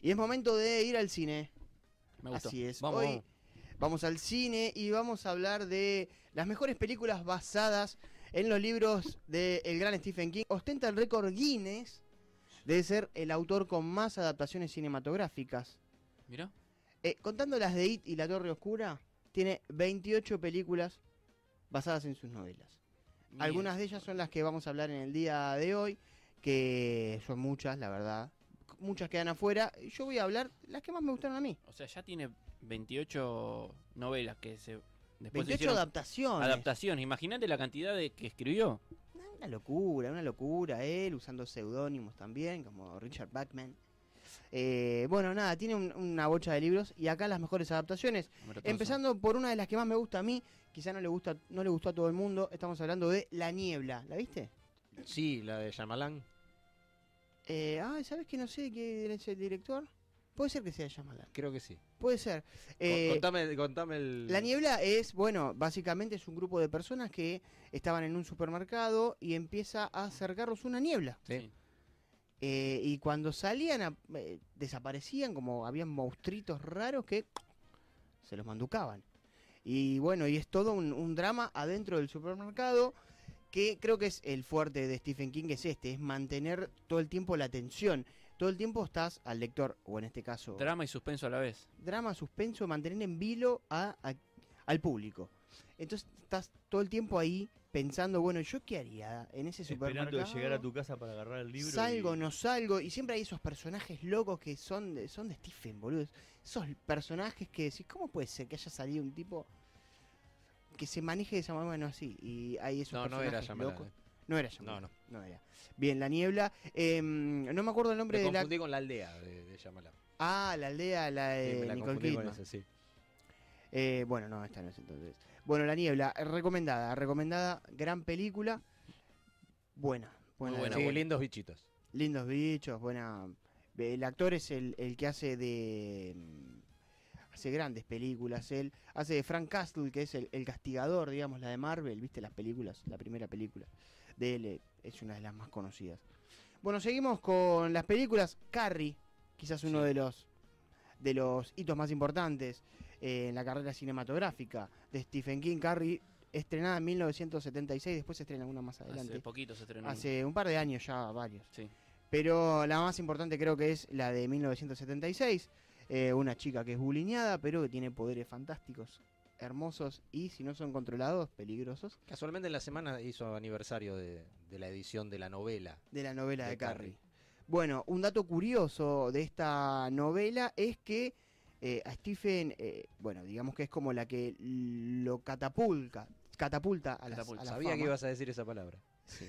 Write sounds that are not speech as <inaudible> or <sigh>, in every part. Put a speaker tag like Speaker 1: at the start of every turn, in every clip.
Speaker 1: Y es momento de ir al cine.
Speaker 2: Me gustó.
Speaker 1: Así es.
Speaker 2: Vamos,
Speaker 1: Hoy
Speaker 2: vamos.
Speaker 1: vamos. al cine y vamos a hablar de las mejores películas basadas en los libros del gran Stephen King. Ostenta el récord Guinness de ser el autor con más adaptaciones cinematográficas.
Speaker 2: Mirá.
Speaker 1: Eh, contando las de It y La Torre Oscura, tiene 28 películas basadas en sus novelas.
Speaker 2: Mira.
Speaker 1: Algunas de ellas son las que vamos a hablar en el día de hoy, que son muchas, la verdad. Muchas quedan afuera. Yo voy a hablar las que más me gustaron a mí.
Speaker 2: O sea, ya tiene 28 novelas que se. Después
Speaker 1: 28
Speaker 2: se hicieron
Speaker 1: adaptaciones.
Speaker 2: adaptaciones. Imagínate la cantidad de que escribió.
Speaker 1: Una locura, una locura él, usando seudónimos también, como Richard Bachman. Eh, bueno, nada, tiene un- una bocha de libros y acá las mejores adaptaciones.
Speaker 2: Hombre, todos
Speaker 1: Empezando por una de las que más me gusta a mí, quizá no le, gusta, no le gustó a todo el mundo, estamos hablando de La Niebla, ¿la viste?
Speaker 3: Sí, la de Yamalán.
Speaker 1: Eh, ah, ¿sabes que no sé qué es el director? Puede ser que sea Shyamalan,
Speaker 3: Creo que sí.
Speaker 1: puede ser.
Speaker 3: Con-
Speaker 1: Eh,
Speaker 3: contame, contame el.
Speaker 1: La niebla es, bueno, básicamente es un grupo de personas que estaban en un supermercado y empieza a acercarlos una niebla.
Speaker 3: Sí.
Speaker 2: Sí.
Speaker 1: Eh, y cuando salían, a- eh, desaparecían como habían monstruitos raros que se los manducaban. Y bueno, y es todo un, un drama adentro del supermercado que creo que es el fuerte de Stephen King, es este, es mantener todo el tiempo la atención. Todo el tiempo estás al lector, o en este caso,
Speaker 2: Drama y suspenso a la vez.
Speaker 1: drama, suspenso, mantener en vilo a- a- al público. Entonces estás todo el tiempo ahí pensando, bueno, ¿yo qué haría en ese supermercado?
Speaker 4: Esperando de llegar a tu casa para agarrar el libro.
Speaker 1: Salgo,
Speaker 4: y-
Speaker 1: no salgo. Y siempre hay esos personajes locos que son de, son de Stephen, boludo. Esos personajes que decís, ¿cómo puede ser que haya salido un tipo que se maneje de esa manera? Bueno, así. Y hay esos
Speaker 3: No, no
Speaker 1: personajes
Speaker 3: era Yamalán.
Speaker 1: locos.
Speaker 3: eh.
Speaker 1: No era
Speaker 3: No,
Speaker 1: Shyamalan, no era. Bien, La Niebla. Em, no me acuerdo el nombre
Speaker 3: Me
Speaker 1: de la...
Speaker 3: confundí con la aldea de, de Yamalán.
Speaker 1: Ah, la aldea, la
Speaker 3: Sí,
Speaker 1: de
Speaker 3: me la
Speaker 1: Nicole
Speaker 3: confundí con
Speaker 1: Kidman.
Speaker 3: esa, sí.
Speaker 1: Eh, bueno, no, esta no es entonces. Bueno, La Niebla, eh, recomendada, recomendada, gran película. Buena, buena.
Speaker 2: buena,
Speaker 3: Sí,
Speaker 2: buena.
Speaker 3: lindos bichitos.
Speaker 1: Lindos bichos, buena. El actor es el, el que hace de. mm, Hace grandes películas. Él hace de Frank Castle, que es el, el castigador, digamos, la de Marvel. ¿Viste las películas? La primera película de él eh, es una de las más conocidas. Bueno, seguimos con las películas. Carrie, quizás uno de los de los hitos más importantes eh, en la carrera cinematográfica de Stephen King. Carrie, estrenada en 1976, después se estrena una más
Speaker 2: Hace
Speaker 1: adelante.
Speaker 2: poquito se estrenó.
Speaker 1: Hace un par de años ya, varios.
Speaker 2: Sí.
Speaker 1: Pero la más importante creo que es la de 1976. eh, una chica que es bulineada, pero que tiene poderes fantásticos, hermosos y si no son controlados, peligrosos.
Speaker 3: Casualmente en la semana hizo aniversario de, de la edición de la novela.
Speaker 1: De la novela de,
Speaker 3: De
Speaker 1: Carrie.
Speaker 3: Carrie.
Speaker 1: Bueno, un dato curioso de esta novela es que eh, a Stephen, eh, bueno, digamos que es como la que lo catapulta, catapulta a la,
Speaker 2: Catapulta.
Speaker 1: a la
Speaker 3: Sabía
Speaker 1: fama.
Speaker 3: que ibas a decir esa palabra.
Speaker 1: Sí.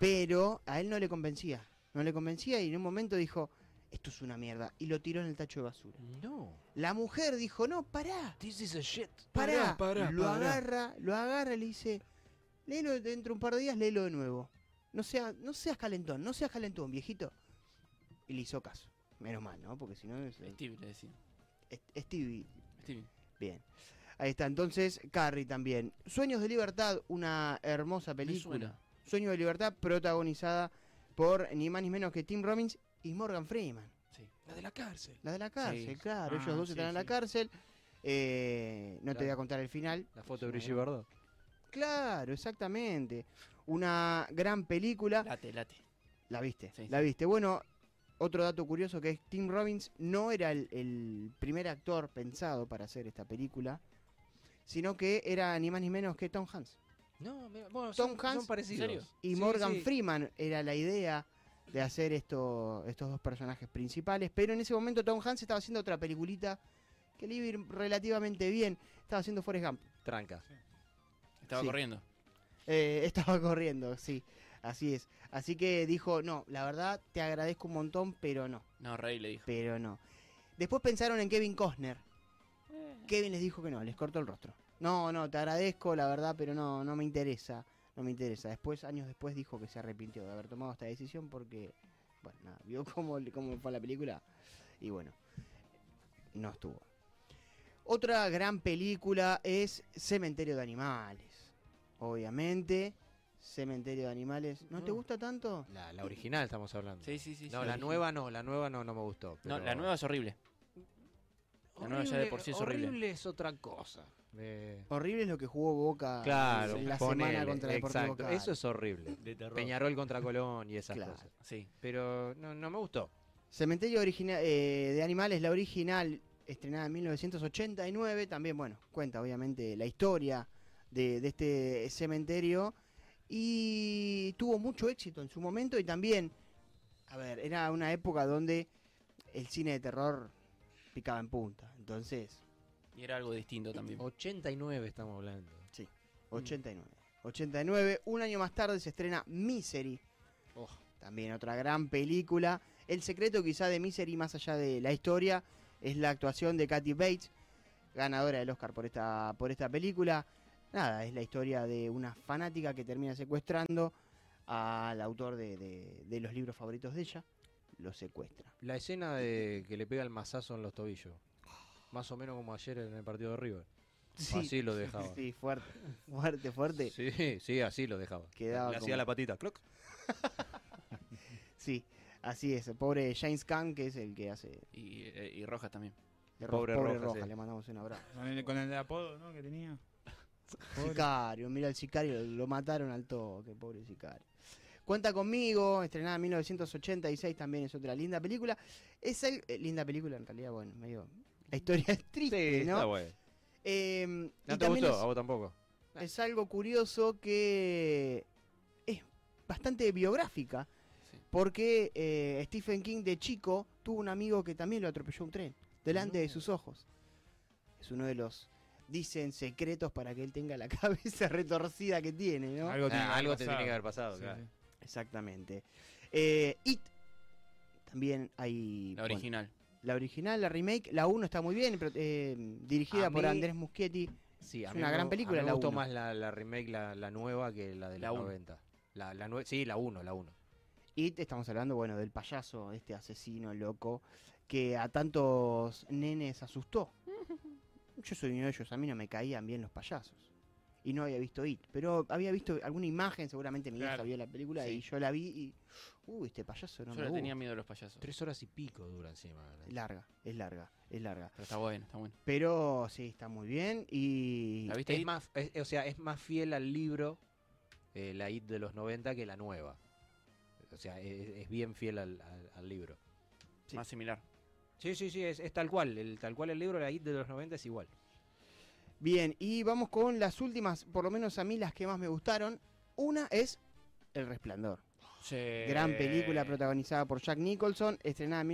Speaker 1: Pero a él no le convencía. No le convencía y en un momento dijo, esto es una mierda. Y lo tiró en el tacho de basura.
Speaker 3: No.
Speaker 1: La mujer dijo, no, pará,
Speaker 3: This is a shit.
Speaker 1: pará. lo agarra, lo agarra y le dice, léelo dentro de un par de días, léelo de nuevo. No, sea, no seas calentón, no seas calentón, viejito. Y le hizo caso. Menos mal, ¿no? Porque si no es...
Speaker 2: Stevie le decía.
Speaker 1: Est- Stevie.
Speaker 2: Stevie.
Speaker 1: Bien. Ahí está, entonces, Carrie también. Sueños de Libertad, una hermosa película.
Speaker 2: suena.
Speaker 1: Sueños de Libertad protagonizada por ni más ni menos que Tim Robbins y Morgan Freeman.
Speaker 2: Sí.
Speaker 3: La de la cárcel.
Speaker 1: La de la cárcel,
Speaker 2: Sí.
Speaker 1: claro.
Speaker 2: Ah,
Speaker 1: Ellos dos
Speaker 2: sí,
Speaker 1: están en la
Speaker 2: sí.
Speaker 1: cárcel. Eh, no te
Speaker 3: Claro.
Speaker 1: voy a contar el final.
Speaker 3: La foto
Speaker 1: Es
Speaker 3: de
Speaker 1: una
Speaker 3: Brigitte
Speaker 1: gran-
Speaker 3: Bardot.
Speaker 1: Claro, exactamente. Una gran película. La,
Speaker 2: Late, late.
Speaker 1: viste,
Speaker 2: Sí,
Speaker 1: la viste. Bueno, otro dato curioso que es Tim Robbins no era el, el primer actor pensado para hacer esta película, sino que era ni más ni menos que Tom Hanks.
Speaker 3: No, mira, bueno,
Speaker 1: Tom
Speaker 3: son,
Speaker 1: Hanks.
Speaker 3: son parecidos.
Speaker 2: ¿En serio?
Speaker 1: Y
Speaker 3: Sí,
Speaker 1: Morgan
Speaker 3: sí.
Speaker 1: Freeman era la idea de hacer esto, estos dos personajes principales. Pero en ese momento Tom Hanks estaba haciendo otra peliculita que le iba a ir relativamente bien. Estaba haciendo Forrest Gump.
Speaker 3: Tranca.
Speaker 2: Estaba
Speaker 1: Sí.
Speaker 2: corriendo.
Speaker 1: Eh, <laughs> estaba corriendo, sí. Así es. Así que dijo, no, la verdad te agradezco un montón, pero no.
Speaker 2: No, Rey le dijo.
Speaker 1: Pero no. Después pensaron en Kevin Costner. Kevin les dijo que no, les cortó el rostro. No, no, te agradezco, la verdad, pero no, no me interesa. No me interesa. Después, años después, dijo que se arrepintió de haber tomado esta decisión porque, bueno, nada, vio <laughs> cómo, cómo fue la película y bueno, no estuvo. Otra gran película es Cementerio de Animales. Obviamente, Cementerio de Animales. ¿No, te
Speaker 3: No.
Speaker 1: gusta tanto?
Speaker 3: La, la original estamos hablando.
Speaker 2: Sí, sí, sí.
Speaker 3: no,
Speaker 2: sí,
Speaker 3: la
Speaker 2: sí.
Speaker 3: nueva no, la nueva no, no me gustó.
Speaker 2: No,
Speaker 3: pero-
Speaker 2: la nueva es horrible. la nueva ya de por sí es horrible.
Speaker 3: Horrible es otra cosa. Eh,
Speaker 1: Horrible es lo que jugó Boca
Speaker 3: claro,
Speaker 1: en la
Speaker 3: ponele,
Speaker 1: semana contra Deportivo
Speaker 3: exacto,
Speaker 1: Cali.
Speaker 3: Eso es horrible.
Speaker 4: De terror.
Speaker 3: Peñarol contra Colón y esas
Speaker 1: Claro.
Speaker 3: cosas.
Speaker 2: Sí.
Speaker 3: Pero no, no me gustó.
Speaker 1: Cementerio origina- eh, de Animales, la original, estrenada en 1989. También, bueno, cuenta obviamente la historia de, de este cementerio. Y tuvo mucho éxito en su momento. Y también, a ver, era una época donde el cine de terror picaba en punta. Entonces,
Speaker 2: Y era algo distinto también.
Speaker 3: 89 estamos hablando.
Speaker 1: 89. 89, un año más tarde se estrena Misery.
Speaker 3: Oh.
Speaker 1: También otra gran película. El secreto quizá de Misery, más allá de la historia, es la actuación de Kathy Bates, ganadora del Oscar por esta, por esta película. Nada, es la historia de una fanática que termina secuestrando al autor de, de- de los libros favoritos de ella. Lo secuestra.
Speaker 3: La escena de que le pega el mazazo en los tobillos. Más o menos como ayer en el partido de River. Así lo dejaba.
Speaker 1: sí, fuerte, fuerte, fuerte.
Speaker 3: Sí, sí, así lo dejaba.
Speaker 1: Quedaba
Speaker 4: Le
Speaker 1: como-
Speaker 4: hacía la patita. cloc.
Speaker 1: Sí, así es. El pobre James Caan, que es el que hace
Speaker 2: Y, eh, y Rojas también.
Speaker 1: de
Speaker 3: Pobre
Speaker 1: Ro-
Speaker 3: Rojas, sí.
Speaker 1: le mandamos un abrazo.
Speaker 5: Con el, con el apodo, ¿no? Que tenía. Pobre.
Speaker 1: Sicario, mira el sicario, lo mataron al toque, pobre sicario. Cuenta conmigo, estrenada en 1986, también es otra linda película. Es el, eh, linda película en realidad, bueno, medio. La historia es triste,
Speaker 3: está
Speaker 1: ¿no?
Speaker 3: bueno.
Speaker 1: Eh, y
Speaker 3: ¿No te
Speaker 1: también
Speaker 3: gustó? A vos tampoco.
Speaker 1: Es, es algo curioso que es bastante biográfica,
Speaker 2: Sí.
Speaker 1: porque eh, Stephen King de chico tuvo un amigo que también lo atropelló un tren, delante de
Speaker 3: No.
Speaker 1: sus ojos. Es uno de los, dicen, secretos para que él tenga la <laughs> cabeza retorcida que tiene, ¿no?
Speaker 5: Algo, tiene
Speaker 3: Ah,
Speaker 5: que
Speaker 3: algo
Speaker 5: haber
Speaker 3: te
Speaker 5: pasado.
Speaker 3: tiene que haber pasado.
Speaker 5: Sí,
Speaker 3: claro.
Speaker 5: sí.
Speaker 1: Exactamente. Eh, It. También hay.
Speaker 2: La
Speaker 1: bueno,
Speaker 2: original.
Speaker 1: la original, la remake. La 1 está muy bien, pero, eh, dirigida
Speaker 3: A
Speaker 1: por
Speaker 3: mí-
Speaker 1: Andrés Muschietti.
Speaker 3: Sí, a
Speaker 1: Es
Speaker 3: mí
Speaker 1: una
Speaker 3: me-
Speaker 1: gran
Speaker 3: a mí
Speaker 1: película,
Speaker 3: Me
Speaker 1: la
Speaker 3: gustó
Speaker 1: uno.
Speaker 3: más la, la remake, la, la nueva, que la de
Speaker 2: La
Speaker 3: la
Speaker 2: uno.
Speaker 3: 90. La, la nue- sí, la 1, la 1.
Speaker 1: It, estamos hablando, bueno, del payaso, este asesino loco, que a tantos nenes asustó. Yo soy uno de ellos, a mí no me caían bien los payasos. Y no había visto It, pero había visto alguna imagen, seguramente mi hija
Speaker 5: Claro.
Speaker 1: vio la película
Speaker 2: Sí.
Speaker 1: y yo la vi y. Uy, este payaso no
Speaker 2: Yo
Speaker 1: me
Speaker 2: le
Speaker 1: gusta.
Speaker 2: tenía miedo a los payasos.
Speaker 3: Tres horas y pico dura encima. ¿no?
Speaker 1: Larga, es larga, es larga.
Speaker 2: Pero está bueno, está bueno.
Speaker 1: Pero sí, está muy bien. Y
Speaker 2: ¿La viste
Speaker 3: Es
Speaker 2: ahí?
Speaker 3: más, es- o sea, es más fiel al libro, eh, la IT de los 90, que la nueva. O sea, es, es bien fiel al, al- al libro.
Speaker 1: sí.
Speaker 2: Más similar.
Speaker 3: Sí, sí, sí, es, es tal cual. El, tal cual el libro, la IT de los 90 es igual.
Speaker 1: bien, y vamos con las últimas, por lo menos a mí las que más me gustaron. Una es El Resplandor.
Speaker 3: Eh,
Speaker 1: Gran película protagonizada por Jack Nicholson, estrenada en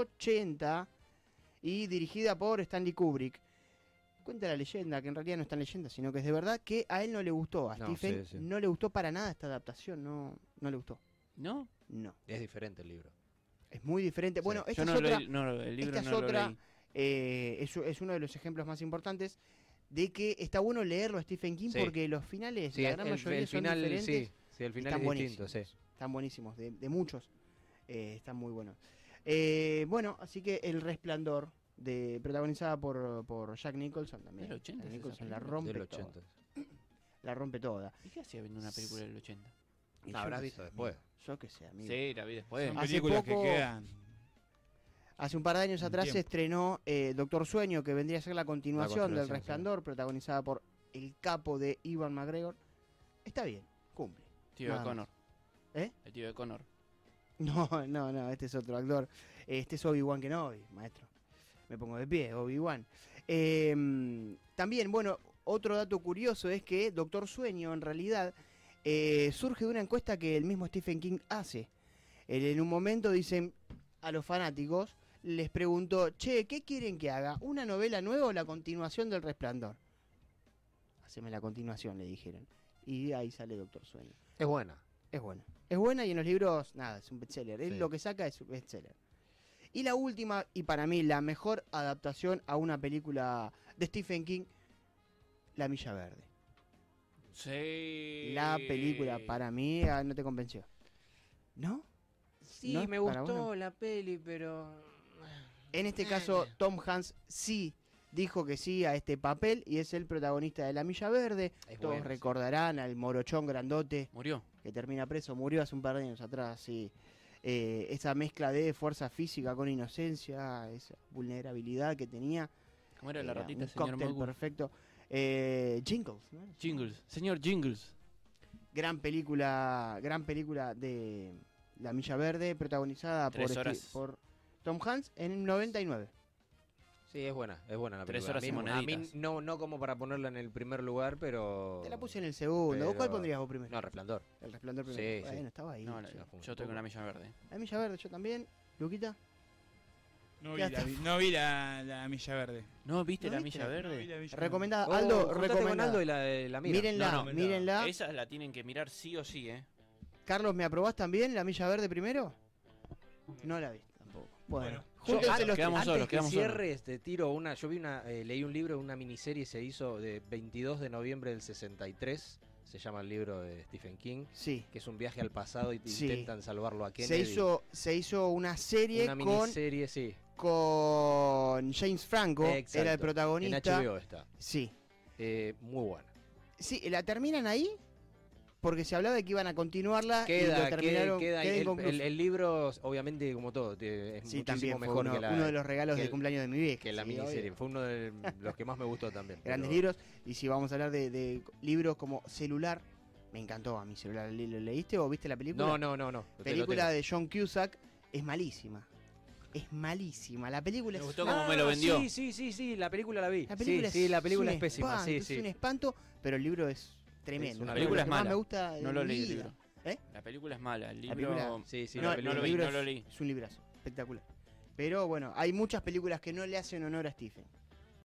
Speaker 1: 1980 y dirigida por Stanley Kubrick. Cuenta la leyenda, que en realidad no es tan leyenda, sino que es de verdad, que a él no le gustó, a
Speaker 3: No,
Speaker 1: Stephen
Speaker 3: sí, sí.
Speaker 1: no le gustó para nada esta adaptación, no, no le gustó.
Speaker 2: ¿No?
Speaker 1: No,
Speaker 3: Es diferente el libro.
Speaker 1: es muy diferente.
Speaker 3: Sí,
Speaker 1: Bueno, esta
Speaker 2: Yo no
Speaker 1: es
Speaker 2: lo
Speaker 1: otra...
Speaker 2: leí- no, el libro
Speaker 1: esta es
Speaker 2: no lo
Speaker 1: otra-
Speaker 2: leí.
Speaker 1: eh, es, es uno de los ejemplos más importantes de que está bueno leerlo a Stephen King
Speaker 3: Sí.
Speaker 1: porque los finales,
Speaker 3: Sí,
Speaker 1: la
Speaker 3: el,
Speaker 1: gran
Speaker 3: el-
Speaker 1: mayoría
Speaker 3: el
Speaker 1: son
Speaker 3: final,
Speaker 1: diferentes,
Speaker 3: sí, sí, el final
Speaker 1: están
Speaker 3: es distinto.
Speaker 1: buenísimos.
Speaker 3: Sí.
Speaker 1: están buenísimos, de, de muchos, eh, están muy buenos. Eh, bueno, así que El Resplandor, de, protagonizada por, por Jack Nicholson también.
Speaker 2: Del
Speaker 1: Jack
Speaker 2: 80 es esa
Speaker 1: Nicholson la
Speaker 2: película.
Speaker 1: rompe
Speaker 3: Del
Speaker 1: toda.
Speaker 3: 80.
Speaker 1: La rompe toda.
Speaker 2: ¿Y qué hacía viendo una película del 80?
Speaker 1: Y
Speaker 3: La
Speaker 1: yo
Speaker 3: habrás
Speaker 1: qué
Speaker 3: visto
Speaker 1: sé,
Speaker 3: después.
Speaker 1: amigo. Yo qué sé, amigo.
Speaker 2: Sí, la vi después. Ah,
Speaker 5: Son
Speaker 1: Hace
Speaker 5: películas
Speaker 1: poco-
Speaker 5: que quedan.
Speaker 1: Hace un par de años
Speaker 5: Un
Speaker 1: atrás se
Speaker 5: tiempo.
Speaker 1: estrenó eh, Doctor Sueño, que vendría a ser la continuación, del
Speaker 3: continuación, sí.
Speaker 1: Resplandor, protagonizada por el capo de Ivan McGregor. Está bien, cumple.
Speaker 2: tío de
Speaker 1: nada
Speaker 2: Connor.
Speaker 1: más. ¿Eh?
Speaker 2: El tío de Connor.
Speaker 1: <laughs> No, no, no, este es otro actor. Este es Obi-Wan Kenobi, maestro. Me pongo de pie, Obi-Wan. Eh, también, bueno, otro dato curioso es que Doctor Sueño, en realidad, eh, surge de una encuesta que el mismo Stephen King hace. Él en un momento dicen a los fanáticos, les preguntó, che, ¿qué quieren que haga? ¿Una novela nueva o la continuación del Resplandor? Haceme la continuación, le dijeron. Y ahí sale Doctor Sueño.
Speaker 3: Es buena.
Speaker 1: Es buena. Es buena y en los libros, nada, es un bestseller. Él
Speaker 3: Sí.
Speaker 1: lo que saca es un bestseller. Y la última, y para mí la mejor adaptación a una película de Stephen King, La Milla Verde.
Speaker 2: Sí.
Speaker 1: La
Speaker 3: Eh.
Speaker 1: película para mí ah, no te convenció. ¿No?
Speaker 3: Sí,
Speaker 1: ¿No?
Speaker 3: me
Speaker 1: Para
Speaker 3: gustó
Speaker 1: vos no.
Speaker 3: la peli, pero.
Speaker 1: En este caso, Tom Hanks sí dijo que sí a este papel y es el protagonista de La Milla Verde.
Speaker 3: Es
Speaker 1: Todos
Speaker 3: bueno, sí.
Speaker 1: recordarán al morochón grandote
Speaker 2: Murió.
Speaker 1: que termina preso, murió hace un par de años atrás, sí. Eh, esa mezcla de fuerza física con inocencia, esa vulnerabilidad que tenía.
Speaker 2: ¿Cómo era la
Speaker 1: Era
Speaker 2: ratita,
Speaker 1: un
Speaker 2: señor
Speaker 1: cóctel
Speaker 2: Mogu?
Speaker 1: perfecto. Eh, Jingles, ¿no?
Speaker 2: Jingles. Señor Jingles.
Speaker 1: Gran película, gran película de La Milla Verde, protagonizada por,
Speaker 2: Tres
Speaker 1: Steve-
Speaker 2: horas.
Speaker 1: por Tom Hanks en el 99.
Speaker 3: Sí, es buena, es buena la
Speaker 2: Tres
Speaker 3: película.
Speaker 2: horas y
Speaker 3: a mí, a mí
Speaker 2: moneditas.
Speaker 3: no, no como para ponerla en el primer lugar, pero.
Speaker 1: Te la puse en el segundo. ¿Vos
Speaker 3: Pero-
Speaker 1: ¿Cuál pondrías vos primero?
Speaker 3: No, Resplandor.
Speaker 1: El resplandor
Speaker 3: Sí,
Speaker 1: primero.
Speaker 3: sí.
Speaker 1: Bueno, estaba ahí.
Speaker 2: No, la-
Speaker 1: che.
Speaker 3: no.
Speaker 2: yo estoy con la milla verde.
Speaker 1: La Milla Verde, yo también. Luquita.
Speaker 5: No vi,
Speaker 1: Ya
Speaker 5: la,
Speaker 1: está.
Speaker 5: no vi la, la milla verde.
Speaker 2: ¿No viste
Speaker 1: ¿No
Speaker 2: la
Speaker 1: viste
Speaker 2: milla
Speaker 1: la-
Speaker 5: No vi
Speaker 2: verde?
Speaker 5: la milla
Speaker 1: Recomendada.
Speaker 3: Oh,
Speaker 1: Ah, Aldo,
Speaker 3: juntate con
Speaker 1: recomendada.
Speaker 3: Aldo y la, la mira.
Speaker 1: Mírenla,
Speaker 4: No, no, mirá.
Speaker 1: mírenla.
Speaker 2: Esa la tienen que mirar sí o sí, ¿eh?
Speaker 1: Carlos, ¿me aprobás también la Milla Verde primero? No la vi tampoco. Bueno,
Speaker 5: Bueno,
Speaker 1: júntense
Speaker 2: yo-
Speaker 1: los
Speaker 2: quedamos-
Speaker 1: tres.
Speaker 3: Antes
Speaker 2: solos,
Speaker 3: que
Speaker 2: quedamos
Speaker 3: cierre, este tiro una. Yo vi una, eh, leí un libro, una miniserie se hizo de 22 de noviembre del 63. Se llama el libro de Stephen King,
Speaker 1: Sí.
Speaker 3: que es un viaje al pasado y
Speaker 1: Sí.
Speaker 3: intentan salvarlo a
Speaker 1: Se
Speaker 3: Kennedy.
Speaker 1: hizo, se hizo una serie
Speaker 3: una
Speaker 1: con,
Speaker 3: miniserie, sí.
Speaker 1: con James Franco,
Speaker 3: Exacto,
Speaker 1: era el
Speaker 3: En
Speaker 1: protagonista.
Speaker 3: HBO está.
Speaker 1: Sí.
Speaker 3: Eh, muy buena.
Speaker 1: Sí, la terminan ahí porque se hablaba de que iban a continuarla y lo
Speaker 3: Queda, queda,
Speaker 1: terminaron
Speaker 3: queda ahí.
Speaker 1: queda
Speaker 3: El,
Speaker 1: inconcluso.
Speaker 3: el- el libro, obviamente, como todo, te- es
Speaker 1: Sí,
Speaker 3: muchísimo
Speaker 1: también fue
Speaker 3: mejor
Speaker 1: uno,
Speaker 3: que la,
Speaker 1: uno de los regalos
Speaker 3: que
Speaker 1: de
Speaker 3: el-
Speaker 1: cumpleaños de mi vieja.
Speaker 3: que la
Speaker 1: sí,
Speaker 3: miniserie.
Speaker 1: obvio.
Speaker 3: Fue uno de los que más me gustó también.
Speaker 1: Grandes
Speaker 3: pero-
Speaker 1: libros. Y si vamos a hablar de, de libros como Celular, me encantó a mi celular. ¿Le- ¿Lo leíste o viste la película?
Speaker 3: No, no, no, no. te lo
Speaker 1: película
Speaker 3: tengo.
Speaker 1: de John Cusack es malísima. Es malísima. La película
Speaker 2: Me
Speaker 1: es
Speaker 2: gustó como me lo vendió.
Speaker 3: Sí, sí, sí, sí, la película la vi.
Speaker 1: Ah, La película
Speaker 3: sí, sí,
Speaker 1: es,
Speaker 3: la película
Speaker 1: un
Speaker 3: es pésima,
Speaker 1: espanto,
Speaker 3: sí,
Speaker 1: es
Speaker 3: sí.
Speaker 1: un espanto, pero el libro es tremendo. Uno
Speaker 3: una
Speaker 1: de
Speaker 2: película
Speaker 1: los
Speaker 2: es
Speaker 1: que más
Speaker 2: mala.
Speaker 1: me gusta de
Speaker 2: No lo
Speaker 1: mi
Speaker 2: leí el
Speaker 1: vida.
Speaker 2: libro. La película es mala. El
Speaker 1: ¿Eh? La
Speaker 2: libro.
Speaker 1: película-
Speaker 3: Sí, sí,
Speaker 2: No,
Speaker 3: la
Speaker 2: no
Speaker 3: película
Speaker 2: lo
Speaker 1: el
Speaker 2: vi,
Speaker 1: libro
Speaker 2: no
Speaker 1: es-
Speaker 2: lo leí.
Speaker 1: Es un librazo, espectacular. Pero bueno, hay muchas películas que no le hacen honor a Stephen.